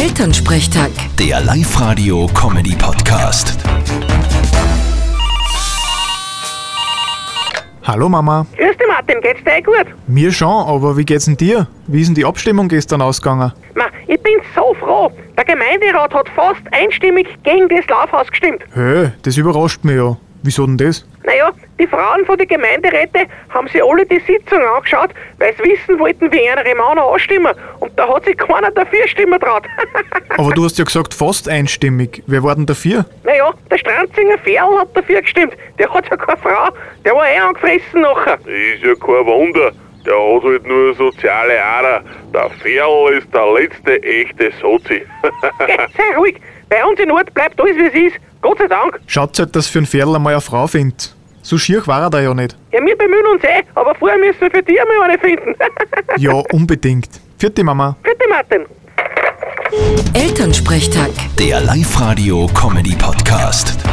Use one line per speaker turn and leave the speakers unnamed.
Elternsprechtag.
Der Live-Radio-Comedy-Podcast.
Hallo Mama.
Grüß dich, Martin, geht's dir eh gut?
Mir schon, aber wie geht's denn dir? Wie ist denn die Abstimmung gestern ausgegangen?
Ma, ich bin so froh. Der Gemeinderat hat fast einstimmig gegen das Laufhaus gestimmt.
Hö, das überrascht mich ja. Wieso denn das?
Naja, die Frauen von den Gemeinderäten haben sich alle die Sitzung angeschaut, weil sie wissen wollten, wie ihre Männer anstimmen. Und da hat sich keiner dafür stimmen traut.
Aber du hast ja gesagt, fast einstimmig. Wer war denn dafür?
naja, der Stranzinger Ferl hat dafür gestimmt. Der hat ja keine Frau. Der war eh angefressen nachher.
Ist ja kein Wunder, der hat halt nur soziale Ader. Der Ferl ist der letzte echte Sozi.
Geh, sei ruhig. Bei uns in Ort bleibt alles, wie es ist. Gott sei Dank.
Schaut halt, dass für einen Pferdl einmal eine Frau findet. So schier war er da ja nicht.
Ja, wir bemühen uns eh, aber vorher müssen wir für dich einmal eine finden.
Ja, unbedingt. Vierte Mama.
Bitte, Martin.
Elternsprechtag.
Der Live-Radio-Comedy-Podcast.